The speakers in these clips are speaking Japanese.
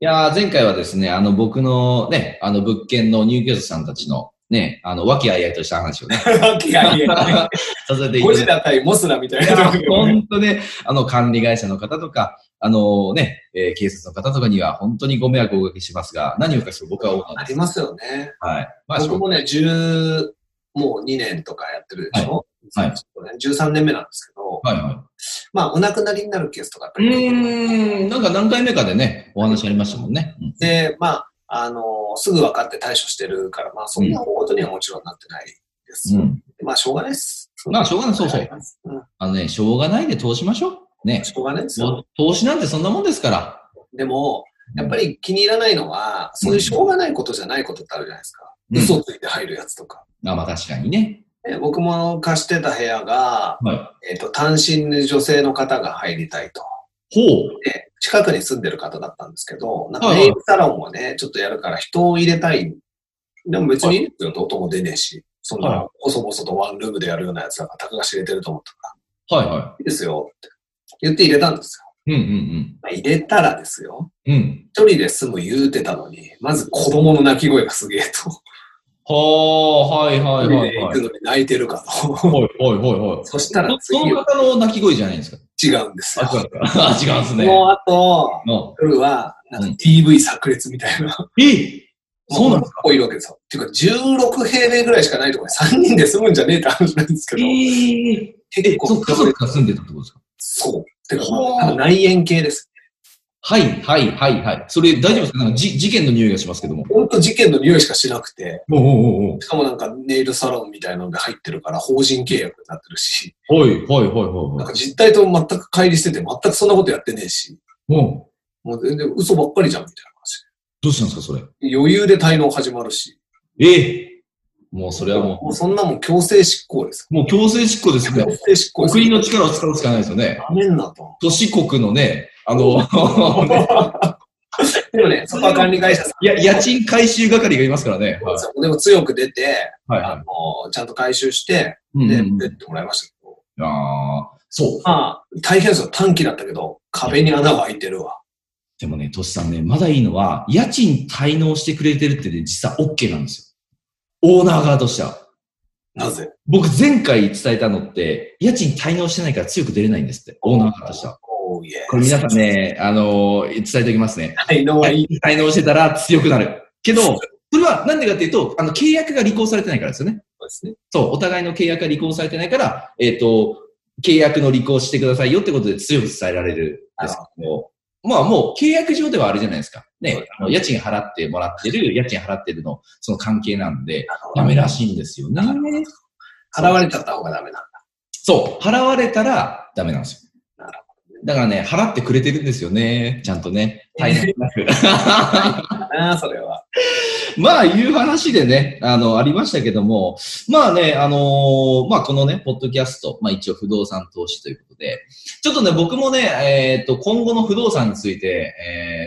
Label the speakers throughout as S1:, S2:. S1: いやー前回はですね、あの、僕のね、あの、物件の入居者さんたちのね、あの、和気あいあいとした話を ね、
S2: わけが いえない。
S1: させていた
S2: 5
S1: だい
S2: 時
S1: て。
S2: だったり、モスラみたい
S1: いや
S2: な。
S1: 本当ね、あの、管理会社の方とか、あのね、えー警察の方とかには本当にご迷惑をおかけしますが、何をかしら僕はオーナ
S2: あ
S1: ーで
S2: り
S1: す。
S2: ますよね。
S1: はい。まあ、
S2: 僕
S1: そう
S2: もね、10、もう2年とかやってるでしょ、
S1: はいはい
S2: ちょっとね13年目なんですけど、
S1: はいは
S2: まあ、お亡くなりになるケースとかやっぱ
S1: い。う
S2: り多い、
S1: ーん、なんか何回目かでね、お話ありましたもんね。うん
S2: で、まあ、あのすぐ分かって対処してるから、まあ、そんなことにはもちろんなってないです。
S1: うん。
S2: まあ、しょうがないです。
S1: まあ、しょうがない、そうそう。
S2: うん
S1: あのね、しょうがないで投資ましょう。ね。
S2: しょうがないですよ。
S1: 投資なんてそんなもんですから。
S2: でも、やっぱり気に入らないのは、そういうしょうがないことじゃないことってあるじゃないですか。
S1: うん
S2: 嘘ついて入るやつとか。
S1: あ、まあ確かにね。
S2: ね僕も貸してた部屋が、
S1: は
S2: えっと単身の女性の方が入りたいと。
S1: い。ほう。
S2: で近くに住んでる方だったんですけど、なんか
S1: はい
S2: ネイルサロンをね、ちょっとやるから人を入れたい。でも別にいいんですよ、音も出ねえし。そん
S1: は
S2: な、細々とワンルームでやるようなやつだから、たかが知れてると思ったから、
S1: はいはい
S2: いですよって言って入れたんですよ。
S1: い。うんうん
S2: まあ入れたらですよ。
S1: うん。うん。
S2: 一人で住む言うてたのに、まず子供の泣き声がすげえと。
S1: はあ、はいはい
S2: 一
S1: はい
S2: 人で 行
S1: は
S2: く
S1: い。
S2: のに泣いてるかと。
S1: はいはいはいはい。
S2: そしたら
S1: そ
S2: 次
S1: の
S2: は
S1: 方の鳴き声じゃないんですか。
S2: 違うんですよ。
S1: うか。あ、違うんです
S2: そ
S1: ね。
S2: の後、
S1: の
S2: 夜は、なんか
S1: うん
S2: TV 炸裂みたいな。
S1: え そうなんです
S2: すかいるわけですよ。っていうか、16平米ぐらいしかないところに3人で住むんじゃねえって話なんですけど、
S1: ええ
S2: 結
S1: そ
S2: 構
S1: う、家族が住んでたってことですか
S2: そう。てか、
S1: ほう
S2: まあ、内縁系です。
S1: はいはいはいはい。それ大丈夫ですかなんかじ事件の匂いがしますけども。
S2: ほんと事件の匂いしかしなくて、
S1: おうおう
S2: しかもなんかネイルサロンみたいなので入ってるから、法人契約になってるし、
S1: おう。はいはいはいはい
S2: なん
S1: は
S2: か
S1: い。
S2: 実態と全く乖離してて、全くそんなことやってねえし、
S1: もう、
S2: もう全然嘘ばっかりじゃんみたいな
S1: どうしたんですかそれ。
S2: 話。余裕で滞納始まるし、
S1: ええもうそれはも
S2: もうそんなもん強制執行です。
S1: う、もう強制執行ですね
S2: 強。制執 行
S1: お
S2: です。
S1: 国の力を使うしかないですよね。
S2: ダメんなと。
S1: 都市国のね、あの、
S2: でもね、そこは管理会社さん。
S1: や家賃回収係がいますからね。
S2: でも強く出て、
S1: はい
S2: あのちゃんと回収して、
S1: い。
S2: で、
S1: うん
S2: 出てもらいましたけど。
S1: ああ、そう。
S2: まあ、大変ですよ。短期だったけど、壁に穴が開いてるわ。
S1: でもね、都市さんね、まだいいのは、家賃滞納してくれてるってね、実は OK なんですよ。オーナー側としては。
S2: なぜ
S1: 僕前回伝えたのって、家賃滞納してないから強く出れないんですって、オーナー側としては。
S2: おーいえ。
S1: これ皆さ んね、あのー伝えておきますね。
S2: 才能はいい。
S1: 滞納してたら強くなる。けど、それはなんでかっていうと、あの、契約が履行されてないからですよね。
S2: ですね。
S1: そう、お互いの契約が履行されてないから、えっ、と、契約の履行してくださいよってことで強く伝えられるんですけど、まあもう契約上ではあれじゃないですか。
S2: そう
S1: ね
S2: で、
S1: あの家賃払ってもらってる、家賃払ってるの、その関係なんで、
S2: あの
S1: ダメらしいんですよね。
S2: 払われちゃった方がダメなんだ。
S1: そう、払われたらダメなんですよ
S2: なる。
S1: だからね、払ってくれてるんですよね。ちゃんとね。大変なく。
S2: なあ、それは。
S1: まあ、いう話でね、あの、ありましたけども、まあね、あのーまあ、このね、ポッドキャスト、まあ一応不動産投資ということで、ちょっとね、僕もね、えっ、と、今後の不動産について、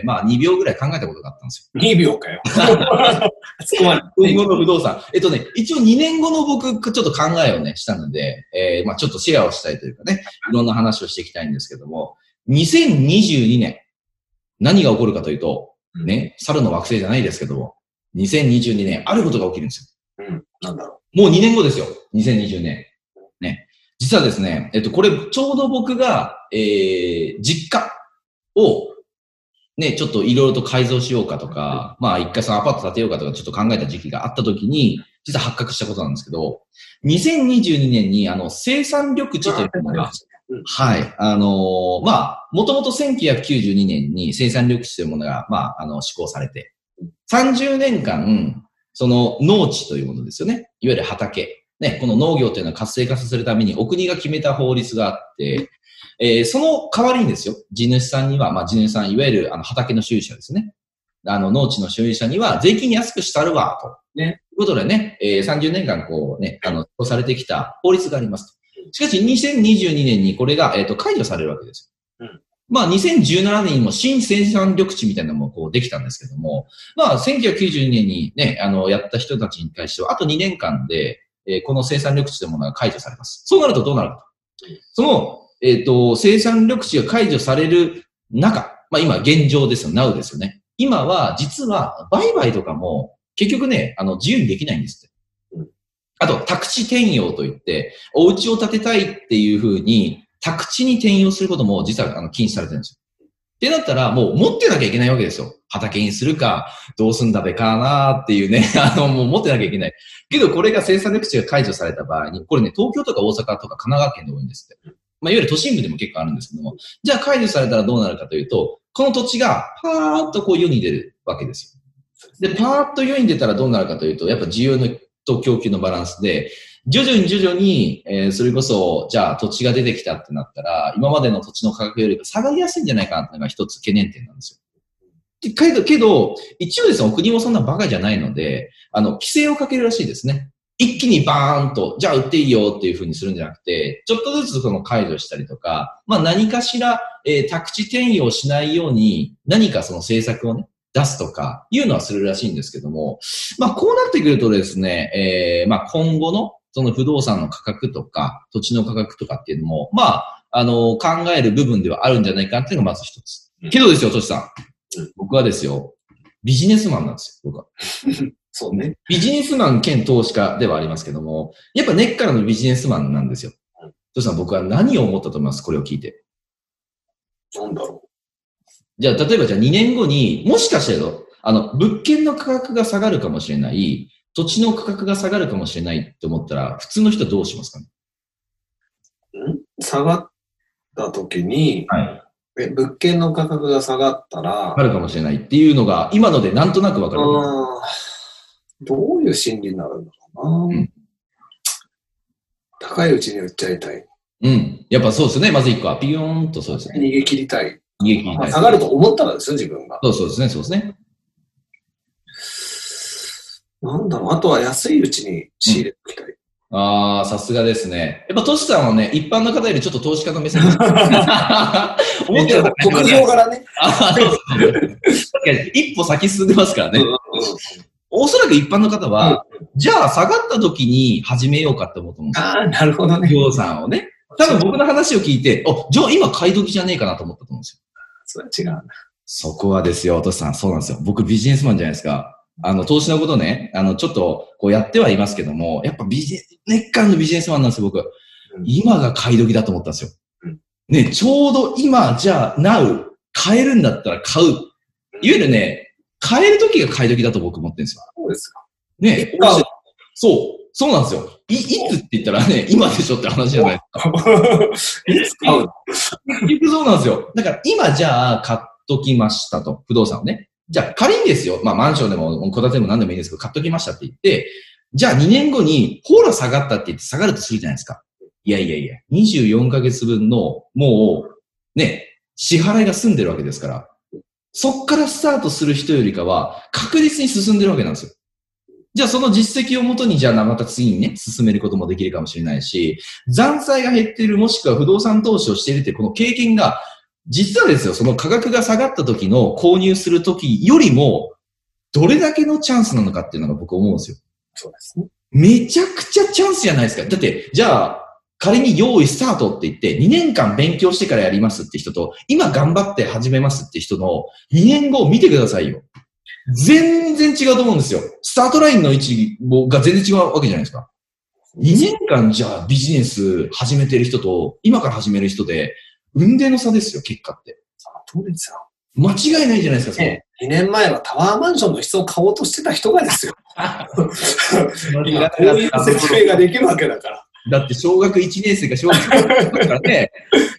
S1: えーまあ2秒ぐらい考えたことがあったんですよ。
S2: 2秒 かよ。そこまで。
S1: 今後の不動産。えっとね、一応2年後の僕、ちょっと考えをね、したので、えーまあちょっとシェアをしたいというかね、いろんな話をしていきたいんですけども、2022年、何が起こるかというと、ね、猿の惑星じゃないですけども、2022年、あることが起きるんですよ。
S2: うん。なんだろ
S1: もう2年後ですよ。2020年。ね。実はですね、えっと、これ、ちょうど僕が、えー、実家を、ね、ちょっといろいろと改造しようかとか、まあ、一回そのアパート建てようかとか、ちょっと考えた時期があった時に、実は発覚したことなんですけど、2022年に、あの、生産緑地というのが、はい。あのーまあ、もともと1992年に生産緑地というものが、まあ、あの、施行されて、30年間、その農地というものですよね。いわゆる畑。ね、この農業というのは活性化させるためにお国が決めた法律があって、えーその代わりにですよ、地主さんには、まあ、地主さん、いわゆるあの畑の所有者ですね。あの、農地の所有者には税金安くしたるわ、と。
S2: ね。
S1: ということでね、えー30年間こうね、あの、とされてきた法律がありますと。しかし、2022年にこれが、えっ、と、解除されるわけですよ。
S2: うん
S1: まあ、2017年にも新生産緑地みたいなのもこうできたんですけども、まあ、1992年にね、あの、やった人たちに対しては、あと2年間で、えーこの生産緑地というものが解除されます。そうなるとどうなるか
S2: うん。
S1: その、えっ、と、生産緑地が解除される中、まあ今現状ですよ、now ですよね。今は、実は、売買とかも、結局ね、あの、自由にできないんですって。
S2: うん
S1: あと、宅地転用といって、お家を建てたいっていうふうに、宅地に転用することも実はあの禁止されてるんですよ。ってなったら、もう持ってなきゃいけないわけですよ。畑にするか、どうすんだべかなーっていうね、 あの、もう持ってなきゃいけない。けど、これが生産緑地が解除された場合に、これね、東京とか大阪とか神奈川県で多いんですって。まあ、いわゆる都心部でも結構あるんですけども、じゃあ解除されたらどうなるかというと、この土地がパーッとこう世に出るわけですよ。で、パーッと世に出たらどうなるかというと、やっぱ需要のと供給のバランスで、徐々に徐々に、えーそれこそ、じゃあ土地が出てきたってなったら、今までの土地の価格よりか下がりやすいんじゃないかなっていうのが一つ懸念点なんですよ。でけど、けど、一応ですね、お国もそんなバカじゃないので、あの、規制をかけるらしいですね。一気にバーンと、じゃあ売っていいよっていう風にするんじゃなくて、ちょっとずつその解除したりとか、まあ何かしら、えー宅地転用しないように、何かその政策をね、出すとか、いうのはするらしいんですけども、まあこうなってくるとですね、えーまあ今後の、その不動産の価格とか、土地の価格とかっていうのも、まあ、あの、考える部分ではあるんじゃないかっていうのがまず一つ。けどですよ、トシさ。
S2: うん
S1: 僕はですよ、ビジネスマンなんですよ、僕は。
S2: そうね。
S1: ビジネスマン兼投資家ではありますけども、やっぱ根っからのビジネスマンなんですよ。そしたら僕は何を思ったと思いますこれを聞いて。
S2: なんだろ
S1: じゃあ、例えばじゃあ2年後に、もしかしてだよ、あの、物件の価格が下がるかもしれない、土地の価格が下がるかもしれないって思ったら、普通の人どうしますかね
S2: う。下がった時に、
S1: はい。
S2: え物件の価格が下がったら、
S1: あるかもしれないっていうのが、今のでなんとなくわかる。
S2: あーどういう心理になるんだろうな。
S1: うん
S2: 高いうちに売っちゃいたい。
S1: うん。やっぱそうですよね。まず1個は、ピヨーンとそうですよ
S2: 逃
S1: ね。
S2: げ切りたい。
S1: 逃げ切り
S2: ま
S1: た
S2: あ
S1: い。
S2: 下がると思ったらですよ、自分が。
S1: そうそうですね、そうですね。
S2: なんだろう、あとは安いうちに仕入れておきたい。
S1: ああ、さすがですね。やっぱトシさんはね、一般の方よりちょっと投資家の目 線。思ってた
S2: 国情からね。
S1: ああ、そうそうそう。確かに、一歩先進んでますからね。
S2: うんうん
S1: おそらく一般の方は、じゃあ下がった時に始めようかって思うと思うんですよ。
S2: ああ、なるほど
S1: 不
S2: ね。
S1: 動産をね。多分僕の話を聞いて、あ、じゃあ今買い時じゃねえかなと思ったと思うんですよ。
S2: それは違うな。
S1: そこはですよ、おとしさん。そうなんですよ。僕ビジネスマンじゃないですか。あの、投資のことね、あの、ちょっと、こうやってはいますけども、やっぱビジネス、根っからのビジネスマンなんですよ、僕。今が買い時だと思ったんですよ
S2: うん。
S1: ね、ちょうど今、じゃあ、now、買えるんだったら買う。いわゆるね、買える時が買い時だと僕思ってるんですよ。
S2: そうですか。
S1: ね
S2: いつ買う、
S1: そう、そうなんですよ。い、いつって言ったらね、今でしょって話じゃない。
S2: いつ買うの
S1: 結局そうなんですよ。だから今じゃあ買っときましたと、不動産をね。じゃあ仮にですよ、まあマンションでも戸建てでも何でもいいですけど、買っときましたって言って、じゃあ2年後に、ほら下がったって言って下がるとするじゃないですか。いやいやいや、24ヶ月分の、もう、ね、支払いが済んでるわけですから、そっからスタートする人よりかは、確実に進んでるわけなんですよ。じゃあその実績をもとに、じゃあまた次にね、進めることもできるかもしれないし、残債が減っている、もしくは不動産投資をしているって、この経験が、実はですよ、その価格が下がった時の購入する時よりも、どれだけのチャンスなのかっていうのが僕思うんですよ。
S2: そうですね。
S1: めちゃくちゃチャンスじゃないですか。だって、じゃあ、仮に用意スタートって言って、2年間勉強してからやりますって人と、今頑張って始めますって人の、2年後を見てくださいよ。全然違うと思うんですよ。スタートラインの位置もが全然違うわけじゃないですか。2年間じゃあビジネス始めてる人と、今から始める人で、運命の差ですよ、結果って。
S2: そうですよ。
S1: 間違いないじゃないですか、そ
S2: ね2年前はタワーマンションの質を買おうとしてた人がですよ。
S1: の
S2: 今こういう説明ができるわけだから。
S1: だって小学1年生か小学1年生からね、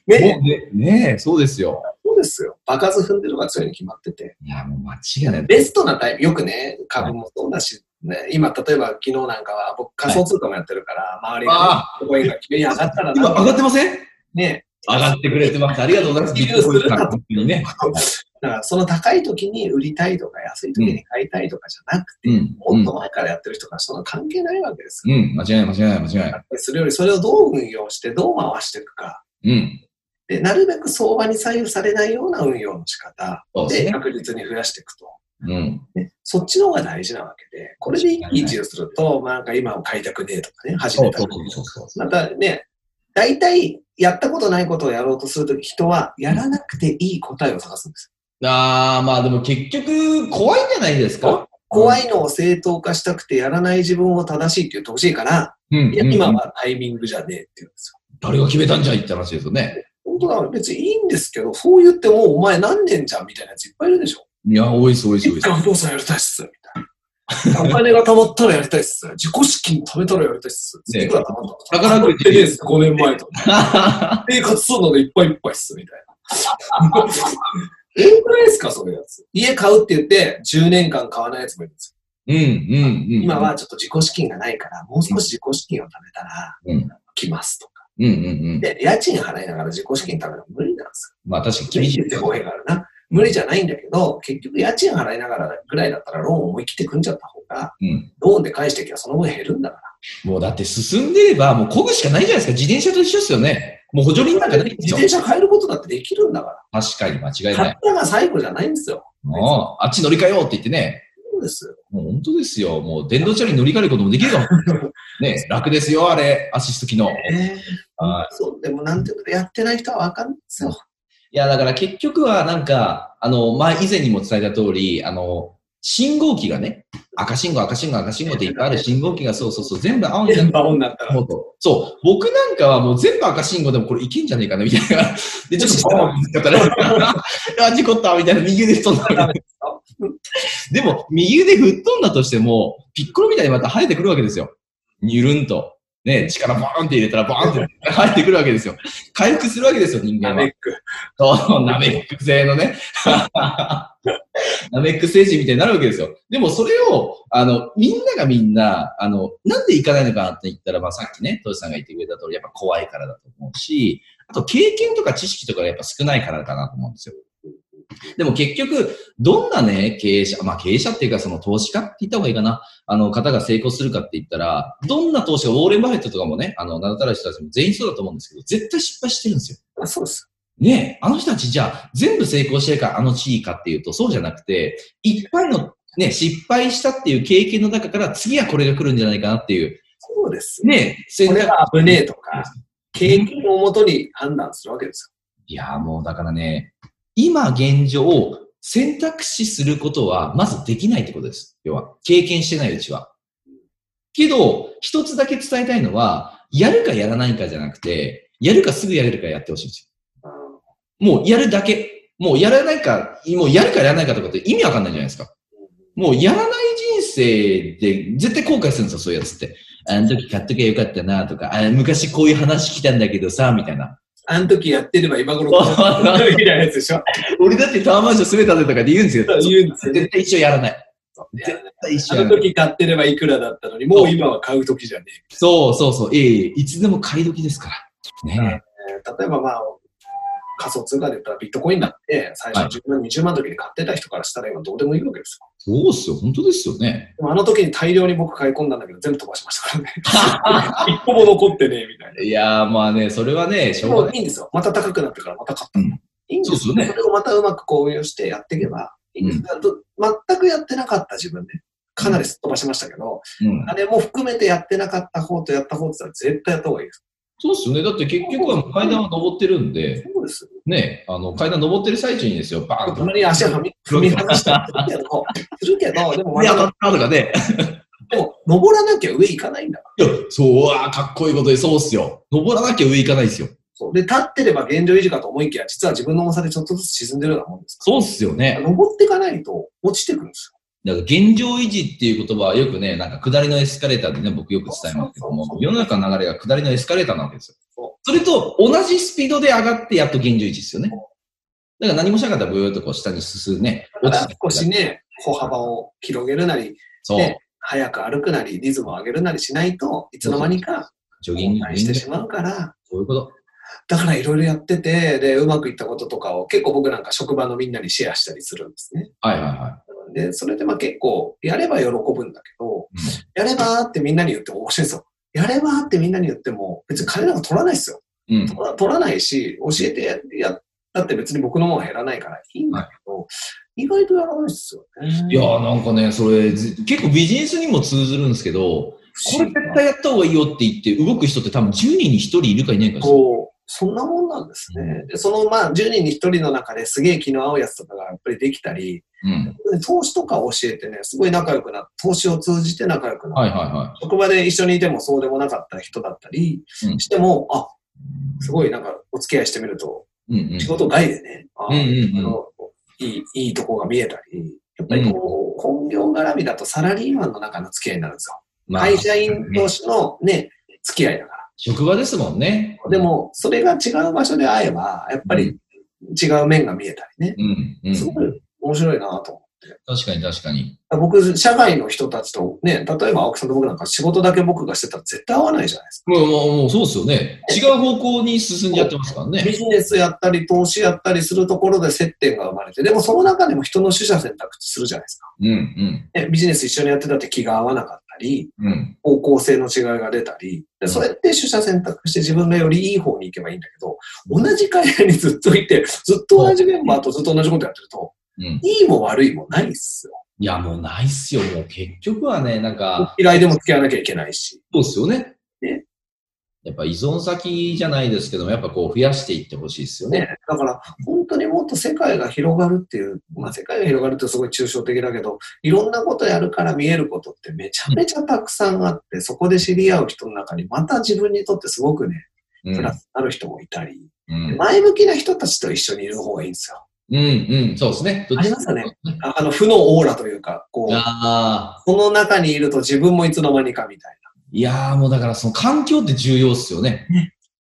S2: ね。
S1: もうねねえ、そうですよ。
S2: そうですよ。場数踏んでるのが強いに決まってて。
S1: いや、もう間違いない。
S2: ベストなタイミング、よくね、株もそうだし、ね、今、例えば昨日なんかは、僕仮想通貨もやってるから、周りが、ね
S1: ああ、、
S2: ここが急に上がったらな、
S1: 今上がってません
S2: ね、
S1: 上がってくれてます。ありがとうございます。
S2: ビッグスルーだ
S1: 本当にね。
S2: だからその高い時に売りたいとか安い時に買いたいとかじゃなくて、
S1: うん。う
S2: もっ
S1: ん
S2: と。前からやってる人からそんな関係ないわけですよ。
S1: うん。間違いない、間違いない、間違いな
S2: やっぱりそれよりそれをどう運用して、どう回していくか。
S1: い。うん。
S2: で、なるべく相場に左右されないような運用の仕方
S1: そうですね。
S2: で確実に増やしていくと。
S1: うん。
S2: ね、そっちの方が大事なわけで、これで一喜一憂すると、まあなんか今を買いたくねえとかね、始
S1: そ
S2: め
S1: う
S2: た
S1: そう
S2: くねえと
S1: そ
S2: か。
S1: うそう。
S2: またね、大体やったことないことをやろうとするとき、人はやらなくていい答えを探すんですよ。
S1: あー、まあでも結局、怖いんじゃないですか
S2: 怖いのを正当化したくてやらない自分を正しいって言ってほしいから、
S1: うんうん。
S2: いや、今
S1: うん
S2: はタイミングじゃねえって言うんですよ。
S1: 誰が決めたんじゃいって話ですよね。
S2: 本当だ、別にいいんですけど、そう言ってもうお前何年じゃんみたいなやついっぱいいるでしょ。
S1: いや、多いです、多いです、多いで
S2: 一
S1: す
S2: 回。不動産やりたいっす、みたいな。お金が貯まったらやりたいっす。自己資金貯めたらやりたいっす。
S1: ね
S2: いくら貯まった
S1: 宝くじ
S2: でです、5年前 と。
S1: あ
S2: 生活するのでいっぱいいっぱいっす、みたいな。 ええくらいですか、そういうやつ。家買うって言って、10年間買わないやつもいるんですよ。
S1: うん、うん、うん。
S2: 今、はちょっと自己資金がないから、もう少し自己資金を貯めたら、
S1: うん、
S2: 来ますとか。
S1: うん、うんうん。
S2: で、家賃払いながら自己資金貯めるの無理なんです
S1: まあ確かに
S2: よ。
S1: 厳しい
S2: って語弊があるな。無理じゃないんだけど、結局家賃払いながらぐらいだったらローンを思い切って組んじゃった方が、
S1: うん。
S2: ローンで返してきゃその分減るんだから。
S1: もうだって進んでれば、もう漕ぐしかないじゃないですか。自転車と一緒ですよね。もう補助輪なんかないんです
S2: 自
S1: よ。
S2: 転車変えることだってできるんだか
S1: 確かに間違
S2: ら。
S1: いな
S2: 買っ
S1: い。
S2: たが最後じゃないんですよ。
S1: もう、あっち乗り換えようって言ってね。
S2: そうですよ。
S1: もう本当ですよ。もう電動車に乗り換えることもできるかも。ね、楽ですよ、あれ。アシスト機能。
S2: え
S1: は
S2: そう、でもなんていうか、やってない人はわかんないです よ。
S1: いや、だから結局はなんか、あの、前以前にも伝えた通り、あの、信号機がね、赤信号、赤信号、赤信号っていっぱいある信号機が、そうそうそう、全部青になる。
S2: バオになったら。
S1: そう、僕なんかはもう全部赤信号でもこれいけんじゃねえかな、みたいな。で、ちょっとバーンってやったら、あ、事故った、みたいな、右で吹っ飛んだ。でも、右腕吹っ飛んだとしても、ピッコロみたいにまた生えてくるわけですよ。にゅるんと。ね、力バーンって入れたらバーンって生えてくるわけですよ。回復するわけですよ、人間
S2: ナ
S1: は
S2: メッ。ク。
S1: そう、ナメック製のね。 ナメック星人みたいになるわけですよ。でもそれを、あの、みんながみんな、あの、なんで行かないのかなって言ったら、まあさっきね、トシさんが言ってくれた通り、やっぱ怖いからだと思うし、あと経験とか知識とかがやっぱ少ないからかなと思うんですよ。でも結局、どんなね、経営者、まあ経営者っていうかその投資家って言った方がいいかな、あの方が成功するかって言ったら、どんな投資家、ウォーレン・バフェットとかもね、あの、名だたる人たちも全員そうだと思うんですけど、絶対失敗してるんですよ。
S2: あそうです。
S1: ねえ、あの人たちじゃあ全部成功してるからあの地位かっていうとそうじゃなくて、いっぱいのね、失敗したっていう経験の中から次はこれが来るんじゃないかなっていう、
S2: そうです。
S1: ねえ、選
S2: これ
S1: 択。
S2: は危ねえとか、経験をもとに判断するわけです
S1: いやーもうだからね、今現状選択肢することはまずできないってことです。要は、経験してないうちは。けど、一つだけ伝えたいのは、やるかやらないかじゃなくて、やるかすぐやれるかやってほしいんですよ。
S2: よ。
S1: もうやるだけ。もうやらないか、もうやるかやらないかとかって意味わかんないじゃないですか。もうやらない人生で絶対後悔するんですよ、そういうやつって。あの時買っときゃよかったなとか、あ昔こういう話来たんだけどさ、みたいな。
S2: あの時やってれば今頃こうなるみたいなやつで しょ。
S1: 俺だってタワーマンション住めたぜとかって言うんですよ。
S2: 言うんですよね。
S1: 絶対一生やらない。絶対一生
S2: あ
S1: や
S2: の
S1: らない。
S2: 時買ってればいくらだったのに、もう今は買う時じゃねえ。
S1: そうそうそう。ええいつでも買い時ですから。ね
S2: 例えばまあ、仮想通貨で言ったらビットコインだって、最初10万、20万の時に買ってた人からしたら今どうでもいいわけですよ。
S1: そうっすよ。本当ですよね。
S2: でもあの時に大量に僕買い込んだんだけど、全部飛ばしましたからね。一個も残ってねえみたいな。
S1: いやー、まあね、それはね、し
S2: で
S1: ょう
S2: も
S1: がない
S2: い。いんですよ。また高くなってからまた買った。
S1: うん
S2: いいんですよ。
S1: そう
S2: そ
S1: ですよね
S2: れをまたうまく購入してやっていけばいいんです、だからと全くやってなかった自分で、かなりすっ飛ばしましたけど、
S1: うん
S2: あれも含めてやってなかった方とやった方って言ったら絶対やった方がいいです。
S1: そうっすよね。だって結局は階段は登ってるんで、
S2: そうですよ。
S1: ね、あの、階段登ってる最中にですよ、バーン
S2: た
S1: と。
S2: まに足を踏み 踏み外したりするけど、するけど、でもま
S1: いや、当た
S2: た
S1: ったとかね。
S2: でも、登らなきゃ上行かないんだから。
S1: いや、そう、うわーかっこいいことで、そうっすよ。登らなきゃ上行かないっすよ。
S2: そうで、立ってれば現状維持かと思いきや、実は自分の重さでちょっとずつ沈んでるようなもんですか
S1: そうっすよ
S2: ら。
S1: ね。
S2: 登っていかないと落ちてくるんです
S1: だから、現状維持っていう言葉はよくね、なんか下りのエスカレーターでね、僕よく伝えますけど
S2: そうそうそ
S1: も、
S2: う
S1: 世の中の流れが下りのエスカレーターなわけですよ
S2: そ。
S1: それと同じスピードで上がってやっと現状維持ですよね。だから何もしなかったらブーっとこう下に進んでね、
S2: よ。
S1: 落
S2: だか
S1: ち
S2: ら
S1: て
S2: 少しね、歩幅を広げるなり、
S1: そう、
S2: ね早く歩くなり、リズムを上げるなりしないといつの間にか
S1: ジョギン
S2: 後
S1: グ、
S2: 悔
S1: ジ
S2: し
S1: ョギン
S2: て
S1: グ
S2: しまうから、
S1: そういうこと。
S2: だからいろいろやってて、で、うまくいったこととかを結構僕なんか職場のみんなにシェアしたりするんですね。
S1: はいはいは
S2: で、それでまあ結構、やれば喜ぶんだけど、
S1: い。
S2: やればーってみんなに言っても面白いですよ。やればーってみんなに言っても、別に金なんか取らないですよ。
S1: うん。うん。
S2: 取ら取らないし、教えてややだって別に僕のもん減らないからいいんだけど、意外とやらないですよね。
S1: いやーなんかね、それ、ず結構ビジネスにも通ずるんですけど、これ絶対やった方がいいよって言って、動く人って多分10人に1人いるかいないかですよ
S2: そう、そんなもんなんですね。でそのまあ10人に1人の中ですげえ気の合うやつとかがやっぱりできたり、
S1: うん。
S2: 投資とかを教えてね、すごい仲良くなっ投資を通じて仲良くな
S1: は
S2: る
S1: いはいは
S2: 職場で一緒にいてもそうでもなかった人だったり
S1: うん
S2: しても、あ、すごいなんかお付き合いしてみると、
S1: い。うんうん。
S2: 仕事外でね、あ
S1: うんうんうん
S2: あのいい、いいとこが見えたり、やっぱりこう、本業絡みだとサラリーマンの中の付き合いになるんですよ。
S1: まあ
S2: 会社員同士のね、付き合いだから。
S1: 職場ですもんね。
S2: でも、それが違う場所で会えば、やっぱり違う面が見えたりね。
S1: うん、うん。
S2: すごい面白いなと思って。
S1: 確かに確かに。
S2: 僕、社外の人たちとね、例えば青木さんと僕なんか仕事だけ僕がしてたら絶対合わないじゃないですか。
S1: もう、もう、もうそうですよね。違う方向に進んじゃってますから
S2: ビ
S1: ね。
S2: ジネスやったり、投資やったりするところで接点が生まれて、でもその中でも人の取捨選択ってするじゃないですか。
S1: うん、
S2: ねビジネス一緒にやってたって気が合わなかったり、
S1: うん、うん。
S2: 方向性の違いが出たり、でそれって取捨選択して自分がよりいい方に行けばいいんだけど、同じ会社にずっといて、ずっと同じメンバーとずっと同じことやってると、
S1: うん。
S2: いいも悪いもないっすよ。
S1: いや、もうないっすよ。もう結局はね、なんか、
S2: 嫌いでも付き合わなきゃいけないし。
S1: そうっすよね
S2: ね。
S1: やっぱ依存先じゃないですけども、やっぱこう増やしていってほしいですよね。
S2: ね、だから、本当にもっと世界が広がるっていう、まあ、世界が広がるってすごい抽象的だけど、いろんなことやるから見えることってめちゃめちゃたくさんあって、そこで知り合う人の中に、また自分にとってすごくね、
S1: う
S2: プ
S1: ん
S2: ラ。スになる人もいたり、
S1: うん、
S2: 前向きな人たちと一緒にいる方がいいんですよ。
S1: うん、うんそうですね。どっ
S2: あ
S1: ち
S2: りますよね。ああの、負のオーラというか、こう、
S1: ああ、
S2: この中にいると自分もいつの間にかみたい
S1: いやーもうだからその環境って重要っすよね。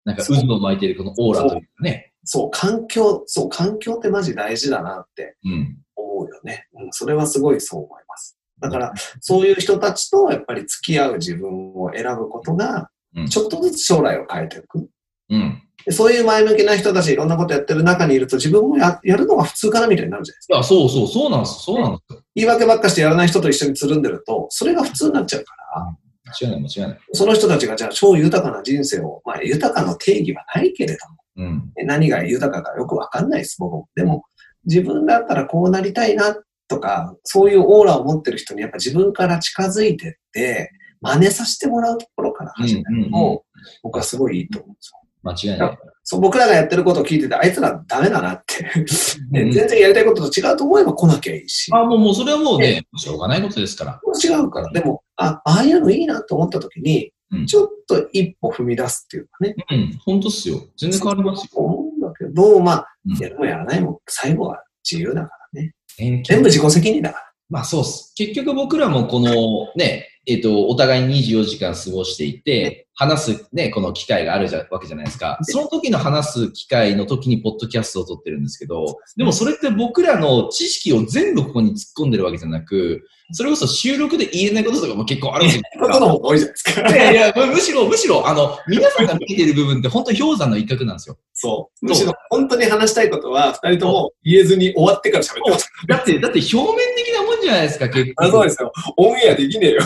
S1: なんか渦を巻いてるこのオーラというかね。
S2: な。そう、環境、そう、環境ってマジ大事だなって
S1: うん。
S2: 思うよね。うん、それはすごいそう思います。だから、そういう人たちとやっぱり付き合う自分を選ぶことが
S1: うん、
S2: ちょっとずつ将来を変えていく。
S1: うん。
S2: でそういう前向きな人たち、いろんなことやってる中にいると、自分もややるのが普通かなみたいになるじゃないですか。
S1: いや、そうそう、そうなんです。そうなんですよ。
S2: 言い訳ばっかしてやらない人と一緒につるんでると、それが普通になっちゃうから、
S1: 間違いない、間違いない。
S2: その人たちがじゃあ超豊かな人生を、まあ豊かの定義はないけれども、
S1: うん。
S2: ね何が豊かかよくわかんないです、僕も。でも、自分だったらこうなりたいなとか、そういうオーラを持ってる人にやっぱ自分から近づいてって、真似させてもらうところから始める
S1: う
S2: の
S1: んうんう
S2: も、僕はすごいいいと思うんですよ。
S1: 間違いない。
S2: そう僕らがやってることを聞いてて、あいつらダメだなって、
S1: う
S2: ね
S1: ん
S2: 全然やりたいことと違うと思えば来なきゃいいし、
S1: あ、もう、もう、それはもうね、しょうがないことですから。
S2: 違うから。でも、あ、ああいうのいいなと思った時に
S1: うん、
S2: ちょっと一歩踏み出すっていうかね、
S1: うん、ほんとっすよ。全然変わりますよ。
S2: 思うんだけど、まあ
S1: うん、
S2: やるもやらないも、最後は自由だからね。
S1: 全
S2: 全部自己責任だから。
S1: まあそうっす。結局僕らもこのね、えっ、と、お互い24時間過ごしていて、話すね、この機会があるじゃわけじゃないですか。その時の話す機会の時にポッドキャストを撮ってるんですけど、でもそれって僕らの知識を全部ここに突っ込んでるわけじゃなく、それこそ収録で言えないこととかも結構あるわけじゃないです
S2: こ
S1: か
S2: と。の方が多いじゃない ですか。
S1: いやいや、むむしろ、むしろ、あの、皆さんが見えてる部分って本当氷山の一角なんですよ。
S2: そう。むしろ本当に話したいことは、二人とも言えずに終わってから喋ってます。
S1: だって、だって表面的なもんじゃないですか、結
S2: あ
S1: 構。
S2: そうですよ。オンエアできねえよ。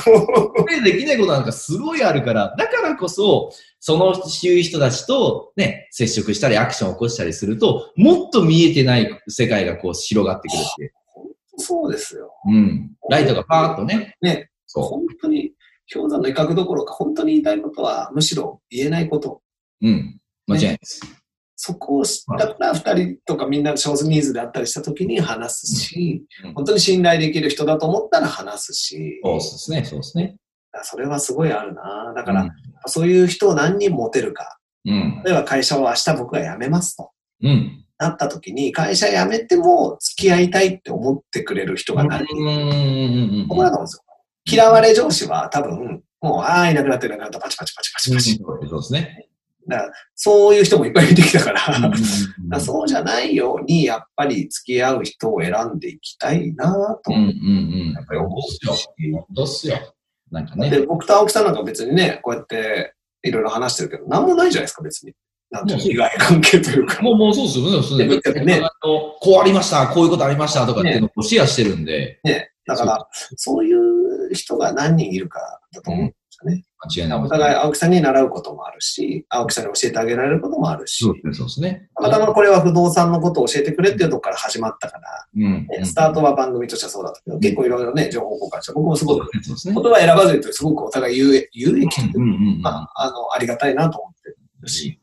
S1: プレイできないことなんかすごいあるから、だからこそ、その周囲人たちとね、接触したりアクションを起こしたりすると、もっと見えてない世界がこう広がってくるっていう。
S2: そうですよ。
S1: うん。ライトがパーッとね。
S2: ね。
S1: そ
S2: 本当に、氷山の威嚇どころか、本当に言いたいことは、むしろ言えないこと。
S1: う。うん。間違いないです。
S2: そこを知ったから、二人とかみんな少数ニーズであったりした時に話すし
S1: うん、
S2: 本当に信頼できる人だと思ったら話すし、
S1: そうですね、そうですね。
S2: それはすごいあるなだから、そういう人を何人持てるか。
S1: うん。
S2: 例えば会社を明日僕が辞めますと。
S1: うん。
S2: なった時に、会社辞めても付き合いたいって思ってくれる人
S1: う
S2: が
S1: ん。
S2: 何人
S1: うんうん。
S2: ここだと思うんですよ。嫌われ上司は多分、もう、ああ、いなくなってるいなくなった、パチパチパチパチ
S1: う
S2: パ
S1: ん
S2: チ。
S1: そうですね。
S2: そういう人もいっぱい出てきたから、
S1: うんうん
S2: だからそうじゃないように、やっぱり付き合う人を選んでいきたいな
S1: う
S2: と、
S1: んうんうん。
S2: やっぱり思うし。
S1: どうっすよ。なんかね。
S2: で、僕と青木さんなんか別にね、こうやっていろいろ話してるけど、なんもないじゃないですか、別に。なんていうの利害関係というか。
S1: もう、もうそうですよね。そうですよね。
S2: ね
S1: お互いのこうありました、こういうことありましたとかっていうのをシェアしてるんで、
S2: ね。だから、そういう人が何人いるかだと思うんですよね。
S1: 間違いない。
S2: お互い青木さんに習うこともあるし、青木さんに教えてあげられることもあるし
S1: そ、うですね、そうですね。
S2: たまたまこれは不動産のことを教えてくれっていうとこから始まったから、
S1: うん
S2: ね。スタートは番組としてはそうだったけど、結構いろいろね、情報交換して、僕もすご
S1: そ
S2: く、
S1: うです
S2: 言
S1: ね。
S2: 葉選ばずにとすごくお互い有益有益というか
S1: うんうんうん。
S2: まあ、あの、ありがたいなと思ってるし、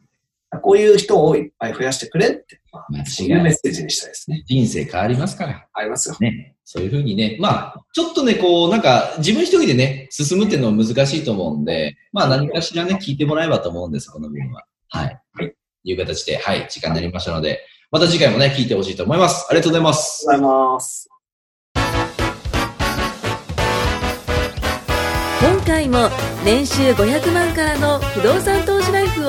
S2: こういう人をいっぱい増やしてくれって、まあ、
S1: 間
S2: そういう
S1: 違いな
S2: メッ
S1: い。
S2: セージにしたいですね。
S1: 人生変わりますから。
S2: ありますよ。
S1: ね。そういうふうにね、まあ、ちょっとね、こう、なんか、自分一人でね、進むっていうのは難しいと思うんで、まあ、何かしらね、聞いてもらえばと思うんです、この部分は。はい。
S2: はい。
S1: いう形で、はい、時間になりましたので、また次回もね、聞いてほしいと思います。ありがとうございます。
S2: ありがとうございます。
S3: 今回も年収500万からの不動産投資ライフ